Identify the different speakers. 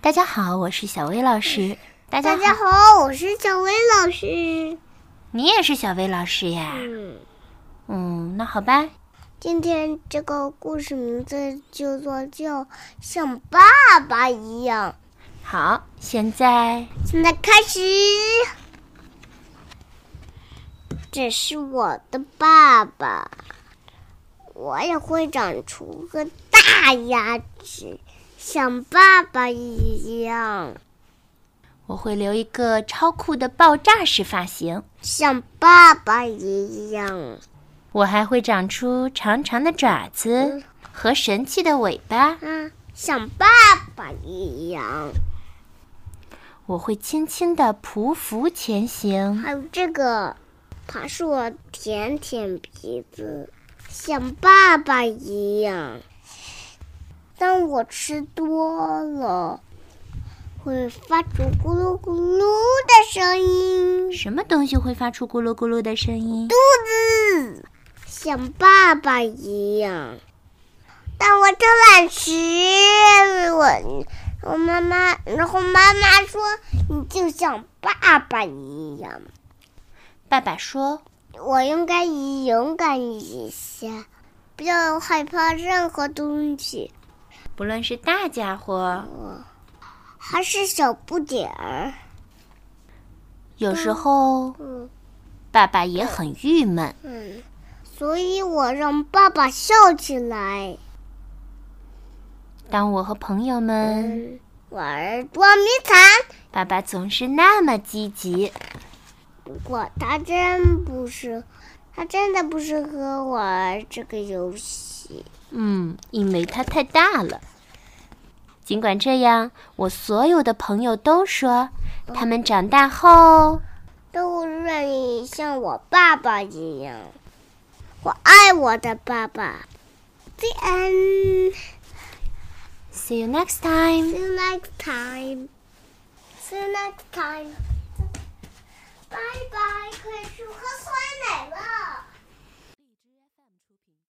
Speaker 1: 大家好，我是小薇老师。大家
Speaker 2: 大
Speaker 1: 好
Speaker 2: 家好，我是小薇老师。
Speaker 1: 你也是小薇老师呀？
Speaker 2: 嗯，
Speaker 1: 嗯，那好吧。
Speaker 2: 今天这个故事名字就做叫像爸爸一样。
Speaker 1: 好，现在
Speaker 2: 现在开始，这是我的爸爸，我也会长出个大牙齿，像爸爸一样，
Speaker 1: 我会留一个超酷的爆炸式发型，
Speaker 2: 像爸爸一样。
Speaker 1: 我还会长出长长的爪子
Speaker 2: 嗯
Speaker 1: 和神气的尾巴，
Speaker 2: 啊，像爸爸一样。
Speaker 1: 我会轻轻地匍匐前行。
Speaker 2: 还有这个，爬树我舔舔鼻子，像爸爸一样。当我吃多了，会发出咕噜咕噜的声音。
Speaker 1: 什么东西会发出咕噜咕噜的声音？
Speaker 2: 肚子像爸爸一样。当我偷懒时，我我妈妈，然后妈妈说：“你就像爸爸一样。”
Speaker 1: 爸爸说
Speaker 2: 我应该勇敢一些，不要害怕任何东西，：“
Speaker 1: 不论是大家伙，
Speaker 2: 还是小不点儿。
Speaker 1: 有时候
Speaker 2: 嗯
Speaker 1: 爸爸也很郁闷。
Speaker 2: 嗯，所以我让爸爸笑起来。
Speaker 1: 当我和朋友们……
Speaker 2: 嗯，玩捉迷藏，
Speaker 1: 爸爸总是那么积极，
Speaker 2: 不过他真不是，他真的不适合玩这个游戏。
Speaker 1: 嗯，因为他太大了。尽管这样，我所有的朋友都说，他们长大后，
Speaker 2: 都愿意像我爸爸一样，我爱我的爸爸。The end.
Speaker 1: see you next time。
Speaker 2: See you next time. See you next time. 拜拜，快去喝酸奶了。